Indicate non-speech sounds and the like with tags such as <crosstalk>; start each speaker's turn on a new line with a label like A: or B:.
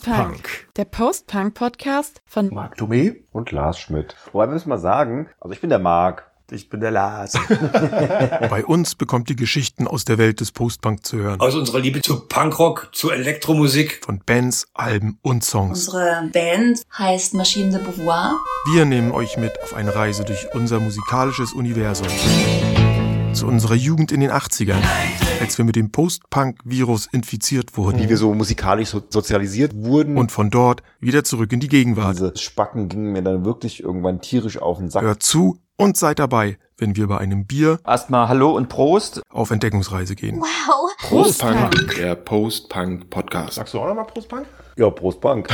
A: Prostpunk.
B: Der Post-Punk-Podcast von
C: Marc Thomé.
D: Und Lars Schmidt. Wobei wir müssen mal sagen, also ich bin der Marc.
C: Ich bin der
D: <laughs>
C: Lars.
E: Bei uns bekommt die Geschichten aus der Welt des Postpunk zu hören.
F: Aus unserer Liebe zu Punkrock, zu Elektromusik.
E: Von Bands, Alben und Songs.
G: Unsere Band heißt Machine de Beauvoir.
E: Wir nehmen euch mit auf eine Reise durch unser musikalisches Universum. Zu unserer Jugend in den 80ern, als wir mit dem Postpunk-Virus infiziert
D: Wie
E: wurden.
D: wir so musikalisch so sozialisiert wurden.
E: Und von dort wieder zurück in die Gegenwart.
D: diese Spacken gingen mir dann wirklich irgendwann tierisch auf den Sack.
E: Hört zu und seid dabei, wenn wir bei einem Bier
H: Erstmal Hallo und Prost.
E: auf Entdeckungsreise gehen.
B: Prostpunk.
A: Der Post-Punk-Podcast.
C: <laughs> Sagst du auch nochmal Prostpunk?
D: Ja, Prostbank.